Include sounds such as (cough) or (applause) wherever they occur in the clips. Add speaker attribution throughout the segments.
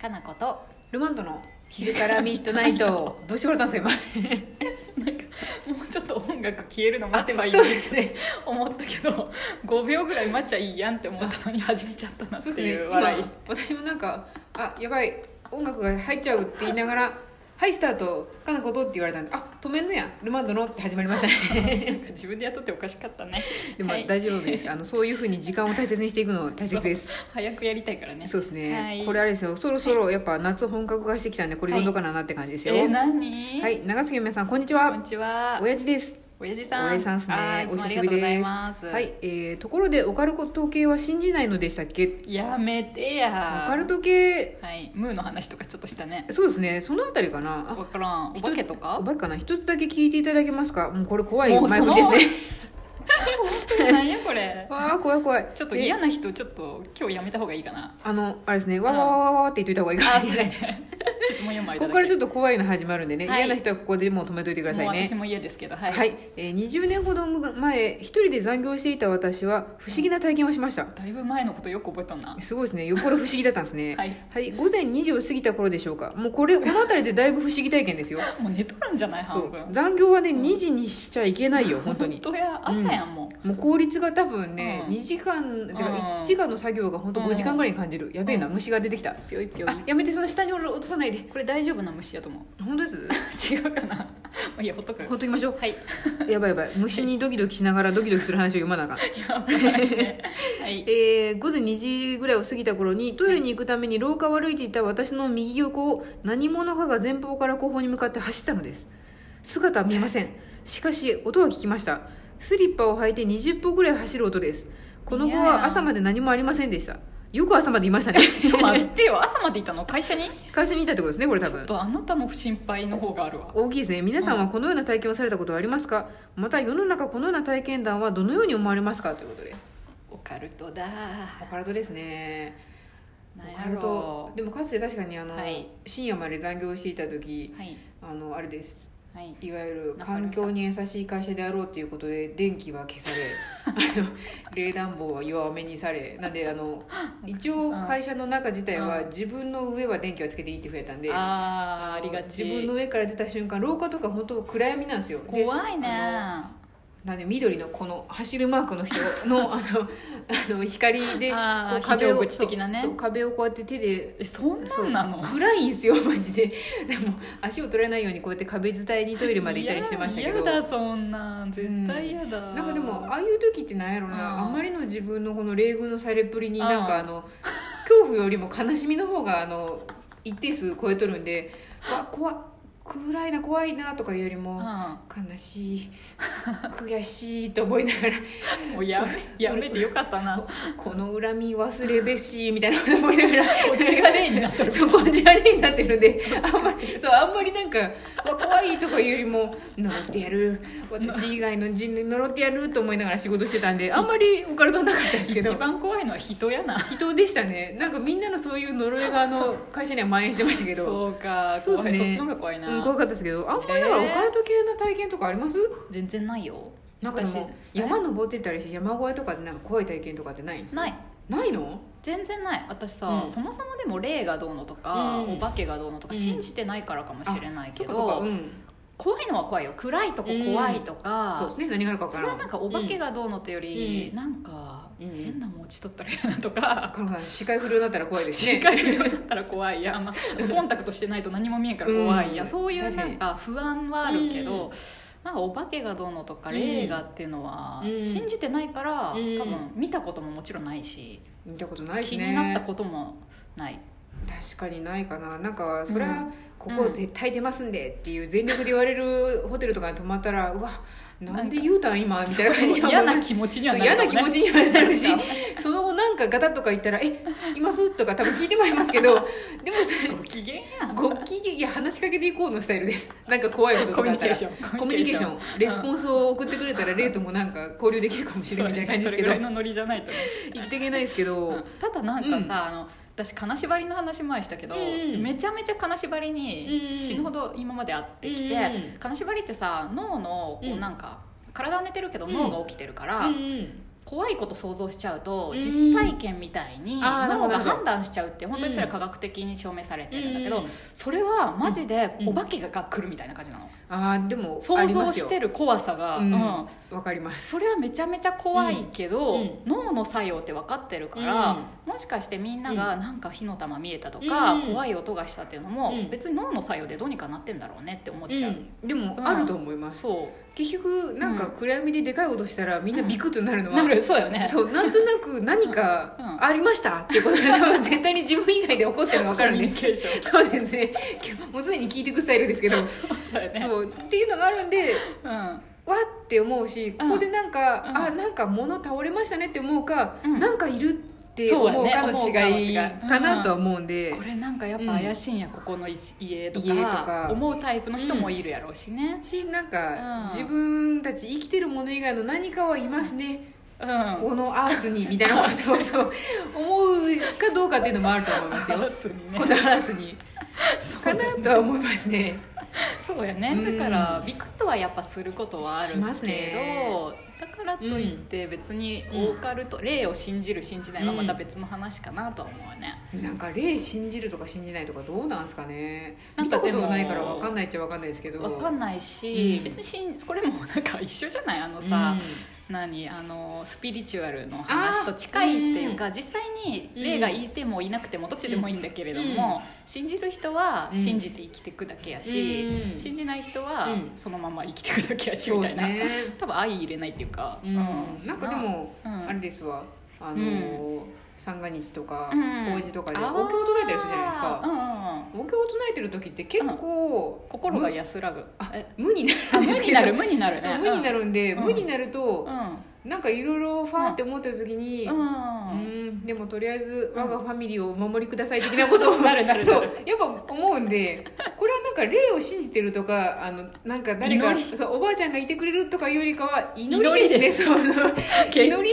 Speaker 1: かなこと
Speaker 2: ルマンドの昼からミッドナイト
Speaker 1: (laughs)
Speaker 2: どうしてもらったんですか
Speaker 1: なんかもうちょっと音楽消えるの
Speaker 2: 今
Speaker 1: 待てばいい
Speaker 2: そうですね
Speaker 1: 思ったけど5秒ぐらい待っちゃいいやんって思ったのに始めちゃったなって
Speaker 2: そうです
Speaker 1: い
Speaker 2: ね
Speaker 1: う
Speaker 2: 今
Speaker 1: 笑い
Speaker 2: 私もなんかあやばい音楽が入っちゃうって言いな
Speaker 1: (laughs)
Speaker 2: がら「はいスタートかなこと」って言われたんで「あ止めんのやルマンドの」って始まりましたね
Speaker 1: なんか自分でやっとっておかしかったね
Speaker 2: でも
Speaker 1: はい
Speaker 2: 大丈夫ですあのそういうふうに時間を大切にしていくの大切です
Speaker 1: 早くやりたいからね
Speaker 2: そうですね、
Speaker 1: はい
Speaker 2: これあれですよそろそろやっぱ夏本格化してきたんでこれ読んどかななって感じです
Speaker 1: え
Speaker 2: よ、
Speaker 1: ー、何
Speaker 2: はい長杉の皆さんこんにち
Speaker 1: こん
Speaker 2: は
Speaker 1: にちは
Speaker 2: 親父です
Speaker 1: 親父さん
Speaker 2: 親父さんです
Speaker 1: あー
Speaker 2: ね
Speaker 1: いつ
Speaker 2: お
Speaker 1: もあ
Speaker 2: 久
Speaker 1: り
Speaker 2: し
Speaker 1: が
Speaker 2: ぶ
Speaker 1: とう
Speaker 2: り
Speaker 1: ござい
Speaker 2: です
Speaker 1: ます
Speaker 2: はい、えー、ところでオカルト統計は信じないのでしたっけ
Speaker 1: やめてや
Speaker 2: オカルト系
Speaker 1: はいムーの話とかちょっとしたね
Speaker 2: そうですねそのあたりかなあ
Speaker 1: わからんお化けとか
Speaker 2: おばけかな一つだけ聞いていただけますかもうこれ怖い
Speaker 1: もう
Speaker 2: 前
Speaker 1: その
Speaker 2: 振りですね
Speaker 1: (laughs) 何やこれ
Speaker 2: わあ怖い怖い
Speaker 1: ちょっと嫌
Speaker 2: え
Speaker 1: な人ちょっと今日やめた方がいいかな
Speaker 2: あのあれですねわわわわわって言っといた方がいいか
Speaker 1: あ
Speaker 2: も
Speaker 1: そ
Speaker 2: し
Speaker 1: う
Speaker 2: れ
Speaker 1: だ
Speaker 2: ない
Speaker 1: ね (laughs) 質問読まれ
Speaker 2: (laughs)
Speaker 1: ただ
Speaker 2: こ
Speaker 1: け
Speaker 2: こからちょっと怖いの始まるんでね、
Speaker 1: はい
Speaker 2: 嫌な人はここでもう止めといてください
Speaker 1: もう
Speaker 2: ね
Speaker 1: 私も嫌ですけどは、
Speaker 2: はいい、えー20年ほど前一人で残業していた私は不思議な体験をしました
Speaker 1: だいぶ前のことよく覚えたな
Speaker 2: すごいですねよっぽど不思議だったんですね
Speaker 1: (laughs) はい、
Speaker 2: 午前2時を過ぎた頃でしょうかもうこれこの辺りでだいぶ不思議体験ですよ
Speaker 1: もう寝とるんじゃない
Speaker 2: そ
Speaker 1: (laughs) 半
Speaker 2: う
Speaker 1: 分
Speaker 2: 残業はね2時にしちゃいけないよ本当に
Speaker 1: 本当や朝やんもう、
Speaker 2: もう効率が多分ね、
Speaker 1: うん
Speaker 2: 2時間てか
Speaker 1: うん
Speaker 2: 1時間の作業が本当5時間ぐらいに感じる、やべえな、
Speaker 1: うん
Speaker 2: 虫が出てきた
Speaker 1: ぴょいぴょ
Speaker 2: あ
Speaker 1: い
Speaker 2: やめてその下に落とさないで
Speaker 1: これ大丈夫な虫やと思う
Speaker 2: 本当です
Speaker 1: 違うか (laughs) なまあいいやほっとく
Speaker 2: ほっときましょ
Speaker 1: はい
Speaker 2: うやばいやばい虫にドキドキしながらドキドキする話を読まなあかん
Speaker 1: やばいねはい
Speaker 2: えー午前2時ぐらいを過ぎた頃にトイレに行くために廊下を歩いていた私の右横を何者かが前方から後方に向かって走ったのです姿は見えませんしかし音は聞きましたスリッパを履いて20歩ぐらい走る音ですこの後
Speaker 1: いやー
Speaker 2: は朝まで何もありませんでしたよく朝までいまし
Speaker 1: (laughs)
Speaker 2: たね
Speaker 1: ちょっと待
Speaker 2: (laughs)
Speaker 1: ってよ朝までいたの会社に
Speaker 2: 会社にいたってことですねこれ多
Speaker 1: ちょ
Speaker 2: 分
Speaker 1: っとあなたの心配の方があるわ
Speaker 2: 大きいですね皆さんはこのような体験をされたことはありますかまた世の中このような体験談はどのように思われますかということで
Speaker 1: オカルトだ
Speaker 2: オカルトですね
Speaker 1: なん
Speaker 2: オカル
Speaker 1: やろ
Speaker 2: トでもかつて確かにあの、
Speaker 1: はい
Speaker 2: 深夜まで残業していた時
Speaker 1: うはい
Speaker 2: あのあれです
Speaker 1: はい
Speaker 2: いわゆる
Speaker 1: わかりま
Speaker 2: 環
Speaker 1: した
Speaker 2: 境に優しい会社であろうということで電気は消さ
Speaker 1: (laughs)
Speaker 2: れあの冷暖房は弱めにされなんであの一応
Speaker 1: うん
Speaker 2: 会社の中自体は
Speaker 1: うん
Speaker 2: 自分の上は電気はつけていいって増えたんで
Speaker 1: あー
Speaker 2: の
Speaker 1: ありがち
Speaker 2: 自分の上から出た瞬間廊下とか本当暗闇なんですよで
Speaker 1: 怖いね
Speaker 2: あなんで緑のこの走るマークの人
Speaker 1: (laughs)
Speaker 2: のあのあの光でこ
Speaker 1: あー
Speaker 2: う壁を
Speaker 1: 非常口的なね
Speaker 2: そうそう壁をこうやって手で
Speaker 1: えそん
Speaker 2: そ
Speaker 1: な
Speaker 2: うん
Speaker 1: なの
Speaker 2: 暗いんですよマジで (laughs) でも足を取られないようにこうやって壁伝いにトイレまで行ったりしてましたけど
Speaker 1: いややだそんなん絶対嫌だ、
Speaker 2: なんかでもああいう時ってなんやろな
Speaker 1: うん
Speaker 2: あんまりの自分のこの冷遇のされっぷりに
Speaker 1: うん
Speaker 2: なんかあの恐怖よりも悲しみの方があの一定数超えとるんでわ怖っ暗いな怖いなとかいうより
Speaker 1: う
Speaker 2: も
Speaker 1: ん
Speaker 2: 悲しい悔しいと思いながら
Speaker 1: もうやめやめてよかったな
Speaker 2: この恨み忘れべしみたいなこと思いながら
Speaker 1: こっちが例になってる
Speaker 2: そうこっちが例になってるんであんまりそうあんまりなんかうわ怖いとかいうよりも呪ってやる私以外の人類呪ってやると思いながら仕事してたんであんまりオカルトはなかったですけ
Speaker 1: 一
Speaker 2: ど
Speaker 1: 番怖いのは人やな
Speaker 2: 人でしたねなんかみんなのそういう呪いがあの会社には蔓延してましたけど
Speaker 1: そうか
Speaker 2: そうですね
Speaker 1: 怖いそっちの方が怖いな、
Speaker 2: うん、怖かったですけどあんまりなんか
Speaker 1: えー
Speaker 2: オカルト系の体験とかあります、
Speaker 1: 全然ないよ
Speaker 2: なんかでも
Speaker 1: 私
Speaker 2: 山登ってったりして山越えとかでなんか怖い体験とかってないんですか
Speaker 1: ない
Speaker 2: ないの
Speaker 1: 全然ない私さ、
Speaker 2: うん
Speaker 1: そもそもでも霊がどうのとか、
Speaker 2: うん
Speaker 1: お化けがどうのとか
Speaker 2: うん
Speaker 1: 信じてないからかもしれないけ
Speaker 2: そっ
Speaker 1: ど、
Speaker 2: かそっかうん
Speaker 1: 怖いのは怖いよ暗いとこ怖いとか、
Speaker 2: そうですね何があるか分か
Speaker 1: そ
Speaker 2: ら
Speaker 1: れ
Speaker 2: ん
Speaker 1: はなんかお化けがどうのってより、
Speaker 2: うん
Speaker 1: なんか
Speaker 2: うん
Speaker 1: 変なもん落ちとったら嫌なとか、
Speaker 2: カロさん視界不良だったら怖いです
Speaker 1: 視
Speaker 2: ね
Speaker 1: 界不良だったら怖いや、まあ、あとコンタクトしてないと何も見えんから怖いや、
Speaker 2: うん
Speaker 1: そういう
Speaker 2: 確か
Speaker 1: な
Speaker 2: に
Speaker 1: んか不安はあるけど、
Speaker 2: うん
Speaker 1: なんかお化けがどうのとか
Speaker 2: うん
Speaker 1: 霊がっていうのは
Speaker 2: うん
Speaker 1: 信じてないから、
Speaker 2: うん
Speaker 1: 多分見たことももちろんないし、
Speaker 2: 見たことないです
Speaker 1: 気
Speaker 2: ね
Speaker 1: になったこともない
Speaker 2: 確かにないかななんかそれ
Speaker 1: う
Speaker 2: はここ絶対出ますんでっていう全力で言われるホテルとかに泊まったらうわなんで言うたん今みたいな感じに
Speaker 1: 嫌な気持ちにはなる
Speaker 2: 嫌
Speaker 1: かも
Speaker 2: な
Speaker 1: ね
Speaker 2: 気持ちにはなるし
Speaker 1: そう
Speaker 2: その後なんかガタッとか言ったら「えいます?」とか多分聞いてもらいますけ
Speaker 1: (laughs)
Speaker 2: どでもそれ
Speaker 1: ご機嫌 (laughs) やん
Speaker 2: ご機嫌いや話しかけていこうのスタイルですなんか怖いこと
Speaker 1: コ
Speaker 2: と
Speaker 1: ミ
Speaker 2: か
Speaker 1: ュ
Speaker 2: あ
Speaker 1: ニ
Speaker 2: っ
Speaker 1: ケ
Speaker 2: た
Speaker 1: ー
Speaker 2: ら
Speaker 1: ション
Speaker 2: コミュニケーションレスポンスを送ってくれたらレイともなんか交流できるかもしれないみたいな感じですけ
Speaker 1: そ
Speaker 2: ど
Speaker 1: れぐらいのノリじゃないとね
Speaker 2: 言っていけないですけど
Speaker 1: ただなんかさ、あの私金縛りの話前したけど、
Speaker 2: うん
Speaker 1: めちゃめちゃ金縛り
Speaker 2: う
Speaker 1: に
Speaker 2: ん
Speaker 1: 死ぬほど今まで会ってきて、
Speaker 2: うん
Speaker 1: 金縛りってさ脳のこ
Speaker 2: う
Speaker 1: うんなんか、体は寝てるけど脳が起きてるから、
Speaker 2: うん
Speaker 1: 怖いこと想像しちゃうと
Speaker 2: うん
Speaker 1: 実体験みたいに
Speaker 2: あーなるほ
Speaker 1: 脳
Speaker 2: ど
Speaker 1: が判断しちゃうって本当にそれは科学的に証明されてるんだけど、それはマジで
Speaker 2: うん
Speaker 1: お化けが来るみたいな感じなの、
Speaker 2: あーでもあ
Speaker 1: 想
Speaker 2: りま
Speaker 1: 像
Speaker 2: すよ
Speaker 1: してる怖さが、
Speaker 2: うん
Speaker 1: うん
Speaker 2: わかります
Speaker 1: それはめちゃめちゃ怖いけど、
Speaker 2: うん
Speaker 1: 脳の作用って分かってるから、もしかしてみんながなんか火の玉見えたとか、
Speaker 2: うん
Speaker 1: 怖い音がしたっていうのも、
Speaker 2: うん
Speaker 1: 別に脳の作用でどうにかなってんだろうねって思っ
Speaker 2: う
Speaker 1: ちゃう、
Speaker 2: ん、でも
Speaker 1: うん
Speaker 2: あると思います、
Speaker 1: そ
Speaker 2: 結局なんか暗闇ででかい音したらみんなビクッとなる
Speaker 1: う
Speaker 2: のは、
Speaker 1: なるそうよね
Speaker 2: そうなんとなく何か
Speaker 1: うん
Speaker 2: ありましたっていうことで多
Speaker 1: (laughs)
Speaker 2: 分絶対に自分以外で怒ってるの分かるんで
Speaker 1: コ
Speaker 2: す
Speaker 1: ミュニケーション
Speaker 2: そうですね今日もうすでに聞いてくスタイルですけど
Speaker 1: そうよね
Speaker 2: そうっていうのがあるんで
Speaker 1: うん
Speaker 2: わって思うしここでなんか、
Speaker 1: うん
Speaker 2: あなんか物倒れましたねって思うか、
Speaker 1: うん
Speaker 2: なんかいるって思うかの
Speaker 1: そうだね
Speaker 2: 違い
Speaker 1: 思うかの違い
Speaker 2: かなとは思うんで、
Speaker 1: これなんかやっぱ怪しいんや、ここの一家とか
Speaker 2: 家とか
Speaker 1: 思うタイプの人もいるやろうしね
Speaker 2: しなんか、
Speaker 1: うん
Speaker 2: 自分たち生きてるもの以外の何かはいますね、
Speaker 1: うん、
Speaker 2: このアースにみたいな
Speaker 1: (laughs)
Speaker 2: ことをそう思うかどうかっていうのもあると思いますよ、
Speaker 1: ハウス (laughs) にね
Speaker 2: このアースにかなとは思いますね
Speaker 1: そうやね、
Speaker 2: うん
Speaker 1: だからビクッとはやっぱすることはあるけ
Speaker 2: し
Speaker 1: ど、
Speaker 2: ますね
Speaker 1: だからといって別にオーカルと、霊を信じる信じないはまた別の話かなとは思うね、
Speaker 2: なんか霊信じるとか信じないとかどうなんすかね
Speaker 1: なん
Speaker 2: 見
Speaker 1: か
Speaker 2: たこ
Speaker 1: で
Speaker 2: と
Speaker 1: も
Speaker 2: がないから分かんないっちゃ分かんないですけど
Speaker 1: わかんないし、
Speaker 2: うん
Speaker 1: 別にしんこれもなんか一緒じゃないあのさ、何あのスピリチュアルの話と近いっていうか、実際に霊がいてもいなくてもどっちでもいいんだけれども、信じる人は
Speaker 2: うん
Speaker 1: 信じて生きていくだけやし、
Speaker 2: うん
Speaker 1: 信じない人は
Speaker 2: うん
Speaker 1: そのまま生きていくだけやし
Speaker 2: そ
Speaker 1: み
Speaker 2: う
Speaker 1: た
Speaker 2: です
Speaker 1: いな、
Speaker 2: ね
Speaker 1: 多分相入れないっていうか、
Speaker 2: うんなんかでも
Speaker 1: うん
Speaker 2: あれですわあのー三が日とか
Speaker 1: うん
Speaker 2: 法事とかで
Speaker 1: あー
Speaker 2: お経を唱えたりするじゃないです
Speaker 1: う
Speaker 2: か
Speaker 1: んうんうん
Speaker 2: お経を唱えてる時って結構
Speaker 1: 心が安らぐ
Speaker 2: あ
Speaker 1: え
Speaker 2: 無にな
Speaker 1: あ
Speaker 2: るん
Speaker 1: 無
Speaker 2: です
Speaker 1: に
Speaker 2: け
Speaker 1: な
Speaker 2: ど
Speaker 1: る無になる
Speaker 2: そ
Speaker 1: ね
Speaker 2: う無にな
Speaker 1: る
Speaker 2: るんで
Speaker 1: うん
Speaker 2: 無になる
Speaker 1: う
Speaker 2: と
Speaker 1: ん
Speaker 2: なんかいろいろファーって思った時に
Speaker 1: うん
Speaker 2: うんでもとりあえず我がファミリーをお守りください的なことを
Speaker 1: (laughs) なるなる
Speaker 2: そ
Speaker 1: な
Speaker 2: う
Speaker 1: る
Speaker 2: やっぱ思うんでこれはなんか霊を信じてるとかあのなんか誰か
Speaker 1: 祈
Speaker 2: そうおばあちゃんがいてくれるとかよりかは祈りですねそうそう (laughs)
Speaker 1: 結局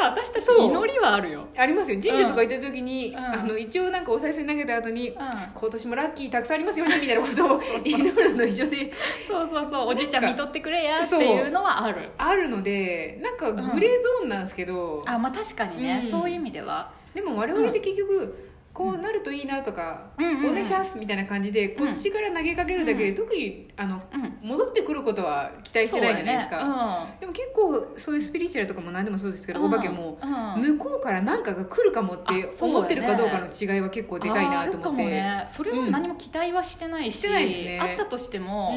Speaker 1: さ私たち
Speaker 2: そう
Speaker 1: 祈りはあるよ
Speaker 2: ありますよ神社とか行った時に、
Speaker 1: うん
Speaker 2: あの一応なんかお賽銭投げた後に、
Speaker 1: うん
Speaker 2: 今年もラッキーたくさんありますよねみたいなことを祈るの一緒で
Speaker 1: そうそうそうおじいちゃん
Speaker 2: なん
Speaker 1: 見
Speaker 2: か
Speaker 1: とってくれやっていうのはある
Speaker 2: あるのでなんかグレーゾーンなんですけど、
Speaker 1: あまあ確かにね、
Speaker 2: うん
Speaker 1: そういう意味では
Speaker 2: でも我々って結局こうなるといいなとか、
Speaker 1: うんうんうん
Speaker 2: おねしゃーすみたいな感じでこっちから投げかけるだけで、特にあの
Speaker 1: うん
Speaker 2: 戻ってくることは期待してないじゃないですか。
Speaker 1: そうやね
Speaker 2: でも結構そういうスピリチュアルとかも何でもそうですけ
Speaker 1: う
Speaker 2: ど、
Speaker 1: ん
Speaker 2: お化けも
Speaker 1: うん
Speaker 2: 向こうから何かが来るかもって
Speaker 1: あそうだね
Speaker 2: 思ってるかどうかの違いは結構でかいな
Speaker 1: あーある
Speaker 2: と思って。
Speaker 1: かもね、それは何も期待はしてないし,、
Speaker 2: うんしてないですね
Speaker 1: あったとしても、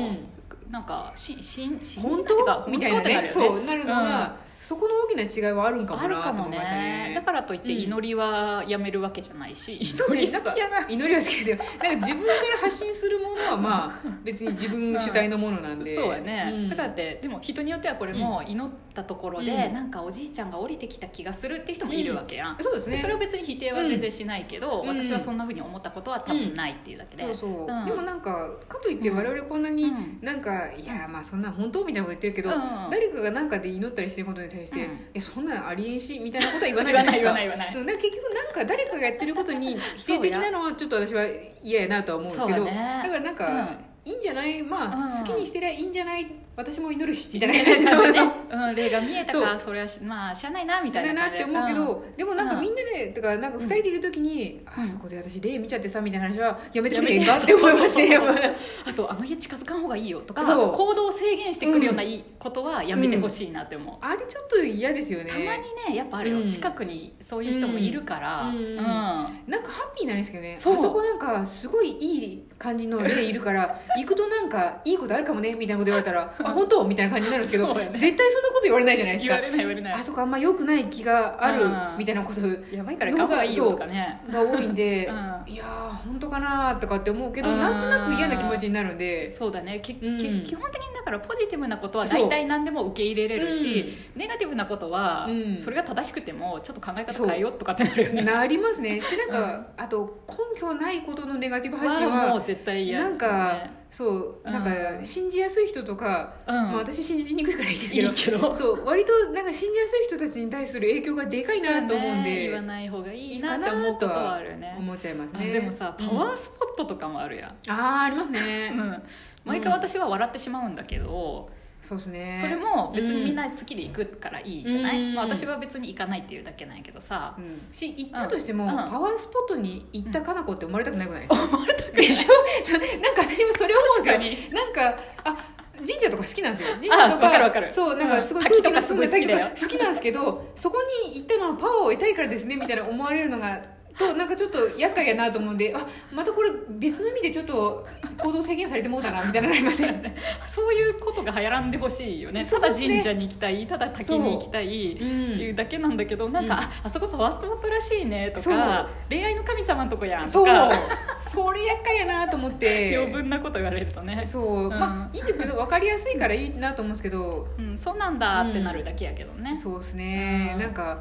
Speaker 2: う
Speaker 1: なんかししん信
Speaker 2: ん、
Speaker 1: じない
Speaker 2: 本
Speaker 1: っていうか
Speaker 2: 当みたい
Speaker 1: 本
Speaker 2: な
Speaker 1: 当って
Speaker 2: ね
Speaker 1: るよ
Speaker 2: そうなるのは、
Speaker 1: うん
Speaker 2: そこの大きな違いはあるんかも
Speaker 1: あるか
Speaker 2: なと
Speaker 1: も
Speaker 2: 思いました
Speaker 1: ね
Speaker 2: ね。
Speaker 1: だからといって
Speaker 2: うん
Speaker 1: 祈りはやめるわけじゃないし、
Speaker 2: そう
Speaker 1: 祈り
Speaker 2: ですね
Speaker 1: 好きやな
Speaker 2: なんか祈りは好きですよなんか自分から発信するものはまあ別に自分主体のものなん
Speaker 1: (laughs)
Speaker 2: で、
Speaker 1: そうやね、
Speaker 2: ん
Speaker 1: だからってでも人によってはこれも祈ったところで、
Speaker 2: うん
Speaker 1: なんかおじいちゃんが降りてきた気がするって人もいるわけやん、
Speaker 2: そうです
Speaker 1: で
Speaker 2: ね
Speaker 1: それを別に否定は全然しないけど、
Speaker 2: うん
Speaker 1: 私はそんなふうに思ったことは多分ないっていうだけで、
Speaker 2: そうそう、
Speaker 1: ん
Speaker 2: でもなんかかといって我々こんな
Speaker 1: う
Speaker 2: に
Speaker 1: ん
Speaker 2: なんか、いやまあそんな本当みたいなこと言ってるけど、
Speaker 1: うん
Speaker 2: 誰かがなんかで祈ったりしてることに対して、
Speaker 1: うん
Speaker 2: いやそんなんありえんしみたいなことは言わない
Speaker 1: 言
Speaker 2: じゃ
Speaker 1: わ
Speaker 2: ない
Speaker 1: ない言わ
Speaker 2: ですか
Speaker 1: ない言わない、
Speaker 2: うんなんか結局なんか誰かがやってることに否定的なのはちょっと私は嫌やなとは思うんですけど
Speaker 1: そう
Speaker 2: だ,、
Speaker 1: だね
Speaker 2: からなんか、いいんじゃないまあ、
Speaker 1: うん
Speaker 2: 好きにしてりゃいいんじゃない私も祈るしみたいな感じで
Speaker 1: ねうん、霊が見えたからそれはしまあしゃあないなみたい
Speaker 2: だ
Speaker 1: な
Speaker 2: な
Speaker 1: 感
Speaker 2: っ
Speaker 1: じ
Speaker 2: て
Speaker 1: で
Speaker 2: 思うけど、でもなんか
Speaker 1: うん
Speaker 2: みんなで、とかなんか2人でいる時に、
Speaker 1: うん
Speaker 2: あそこで私霊見ちゃってさみたいな話はやめてくれへ
Speaker 1: や
Speaker 2: ん
Speaker 1: め
Speaker 2: かって思いますね
Speaker 1: そうそうそうそうあとあの家近づかん方がいいよとか
Speaker 2: そう
Speaker 1: 行動を制限してくるようないことはやめてほしいなって思う、
Speaker 2: あれちょっと嫌ですよね
Speaker 1: たまにねやっぱあるよ、
Speaker 2: うん
Speaker 1: 近くにそういう人もいるから、
Speaker 2: うんうんなんかハッピーになるんですけどねあ
Speaker 1: そう
Speaker 2: そこなんかすごいいい感じの例いる
Speaker 1: (laughs)
Speaker 2: から行くとなんかいいことあるかもねみたいなこと言われたらあ本当みたいな感じになるんですけど、
Speaker 1: そうやね
Speaker 2: 絶対そんなこと言われないじゃないです
Speaker 1: 言わ
Speaker 2: か
Speaker 1: れない言われない
Speaker 2: あそこあんま良くない気があ
Speaker 1: うん
Speaker 2: るみたいなことが
Speaker 1: やばいから我慢いいよとかね
Speaker 2: 多いんで、
Speaker 1: う
Speaker 2: いやー本当かなーとかって思うけど、
Speaker 1: うん
Speaker 2: なんとなく嫌な気持ちになるんで、
Speaker 1: そうだねけ、け
Speaker 2: うん
Speaker 1: 基本的にだからポジティブなことは大体何でも受け入れれるし、ネガティブなことは、
Speaker 2: うん
Speaker 1: それが正しくてもちょっと考え方変えようとかってなるよ (laughs) ね
Speaker 2: なりますねしなんか、あと根拠ないことのネガティブ発信
Speaker 1: はも
Speaker 2: は
Speaker 1: う絶対嫌
Speaker 2: なんかそう
Speaker 1: うん
Speaker 2: なんか信じやすい人とか、
Speaker 1: うん、
Speaker 2: まあ、私信じにくいからいいです
Speaker 1: い
Speaker 2: けど
Speaker 1: いけど
Speaker 2: (laughs) そう割となんか信じやすい人たちに対する影響がでかいなと思うん
Speaker 1: そね言わ
Speaker 2: で、
Speaker 1: ない方がい
Speaker 2: い
Speaker 1: い
Speaker 2: い
Speaker 1: な
Speaker 2: か
Speaker 1: って
Speaker 2: な
Speaker 1: 思うこととは
Speaker 2: は
Speaker 1: あるよね
Speaker 2: 思っちゃいます
Speaker 1: あ
Speaker 2: ね
Speaker 1: でもさ
Speaker 2: うん
Speaker 1: パワースポットとかもあるやん、
Speaker 2: あーありますね、
Speaker 1: うん毎回私は笑ってしまうんだけど、
Speaker 2: そうですね
Speaker 1: それも別にみんな好きで行くからいいじゃない、
Speaker 2: うん
Speaker 1: まあ、私は別に行かないっていうだけなんやけどさ
Speaker 2: (laughs) う、んし行ったとしても、
Speaker 1: うん
Speaker 2: パワースポットに行ったかな子って思われたくなくないですか、
Speaker 1: で
Speaker 2: で
Speaker 1: し
Speaker 2: し
Speaker 1: ょ
Speaker 2: ょ (laughs) なんか私もそれ思うんですよ
Speaker 1: 確
Speaker 2: なんかあ神社とか好きなんですよ神社と
Speaker 1: わかるわかる
Speaker 2: そうなん
Speaker 1: う
Speaker 2: か
Speaker 1: ん
Speaker 2: すごい
Speaker 1: 滝とか
Speaker 2: 空気の
Speaker 1: すごい好きだよ
Speaker 2: 滝とか好きなんです
Speaker 1: (laughs)
Speaker 2: けどそこに行ったのはパワーを得たいからですねみたいな思われるのがとなんかちょっと厄介やなと思うんであまたこれ別の意味でちょっと行動制限されてもうたなみたいなのありません
Speaker 1: そういうことが流行らんでほしいよね
Speaker 2: そう
Speaker 1: た
Speaker 2: で
Speaker 1: だ
Speaker 2: すね
Speaker 1: 神社に行きたいただ滝に行きたいって
Speaker 2: ううん
Speaker 1: いうだけなんだけど、なんか、
Speaker 2: うん
Speaker 1: ああそこパワースポットらしいねと
Speaker 2: そう
Speaker 1: か恋愛の神様のとこやんと
Speaker 2: そう
Speaker 1: か
Speaker 2: それ厄介やなと思って
Speaker 1: 余分なこと言われるとね
Speaker 2: そう、
Speaker 1: うん
Speaker 2: まあいいんですけど分かりやすいからいいなと思うんですけど
Speaker 1: うん、そうなんだってなるだけやけどね、
Speaker 2: そうですね、
Speaker 1: うん
Speaker 2: なんか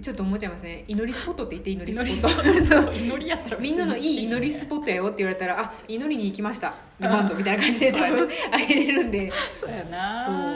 Speaker 2: ちょっと思っちゃいますね祈りスポットって言って祈り
Speaker 1: 祈り
Speaker 2: スポット (laughs) そう
Speaker 1: 祈りやったら別に
Speaker 2: みんなのいい祈りスポットやよって言われたらあ祈りに行きましたリマンドみたいな感じ
Speaker 1: (laughs)
Speaker 2: で多
Speaker 1: う
Speaker 2: 分あげれるんで
Speaker 1: そうやな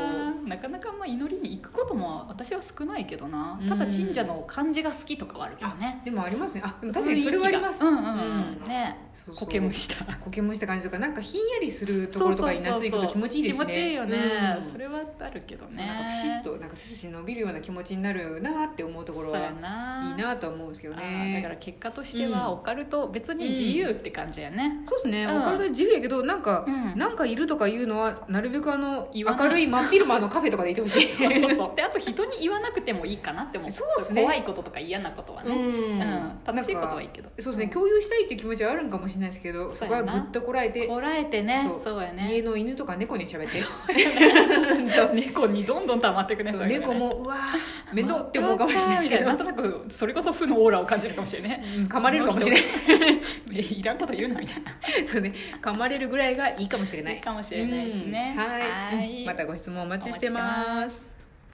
Speaker 2: そ
Speaker 1: なかなかまあ祈りに行くことも私は少ないけどな
Speaker 2: うん
Speaker 1: ただ神社の感じが好きとかはあるけどね
Speaker 2: でもありますねあでも確かにそれはあります
Speaker 1: 雰囲気がうんうん、うん、ね
Speaker 2: そうそう
Speaker 1: 苔むした
Speaker 2: 苔むした感じとかなんかひんやりするところとかに夏行くと気持ちいいですね
Speaker 1: 気持ちいいよね、
Speaker 2: うん
Speaker 1: それはあるけど
Speaker 2: そう
Speaker 1: ね
Speaker 2: なんかピシッとなんか背筋伸びるような気持ちになるなって思うところ
Speaker 1: そう
Speaker 2: は
Speaker 1: やない
Speaker 2: い
Speaker 1: あ
Speaker 2: なとは思うんですけど
Speaker 1: ー
Speaker 2: ね
Speaker 1: だから結果としては
Speaker 2: うん
Speaker 1: オカルト、別に自由って感じやね、
Speaker 2: そうですね、
Speaker 1: うん
Speaker 2: お体自由やけどなんか、
Speaker 1: うん
Speaker 2: なんかいるとかいうのはなるべくあの
Speaker 1: 言わない
Speaker 2: 明るい真っ昼間のカフェとかでいてほしい
Speaker 1: そうそうそうであと人に言わなくてもいいかなって思う
Speaker 2: そうっすね
Speaker 1: 怖いこととか嫌なことはね、うん楽しいことはいいけど
Speaker 2: そうですね、
Speaker 1: ん
Speaker 2: 共有したいっていう気持ちはあるんかもしれないですけど
Speaker 1: そ
Speaker 2: そうこ
Speaker 1: や
Speaker 2: は
Speaker 1: な
Speaker 2: ぐっとこらえて、
Speaker 1: こらえてね
Speaker 2: そ
Speaker 1: そううや
Speaker 2: 家
Speaker 1: ね
Speaker 2: の犬とか猫に喋って
Speaker 1: 猫に (laughs) どんどん溜まっていくね
Speaker 2: そう
Speaker 1: れがね
Speaker 2: 猫もうわー面倒って思うかもしれないですけど、
Speaker 1: んとなくそれこそ負のオーラを感じるかもしれないね
Speaker 2: うん (laughs) 噛まれるかもしれない
Speaker 1: えい (laughs) らんこと言うなみたいな
Speaker 2: そう、ね、噛まれるぐらいがいいかもしれない
Speaker 1: かもしれないですね
Speaker 2: うんはい
Speaker 1: はい
Speaker 2: うんまたご質問お待ちしてます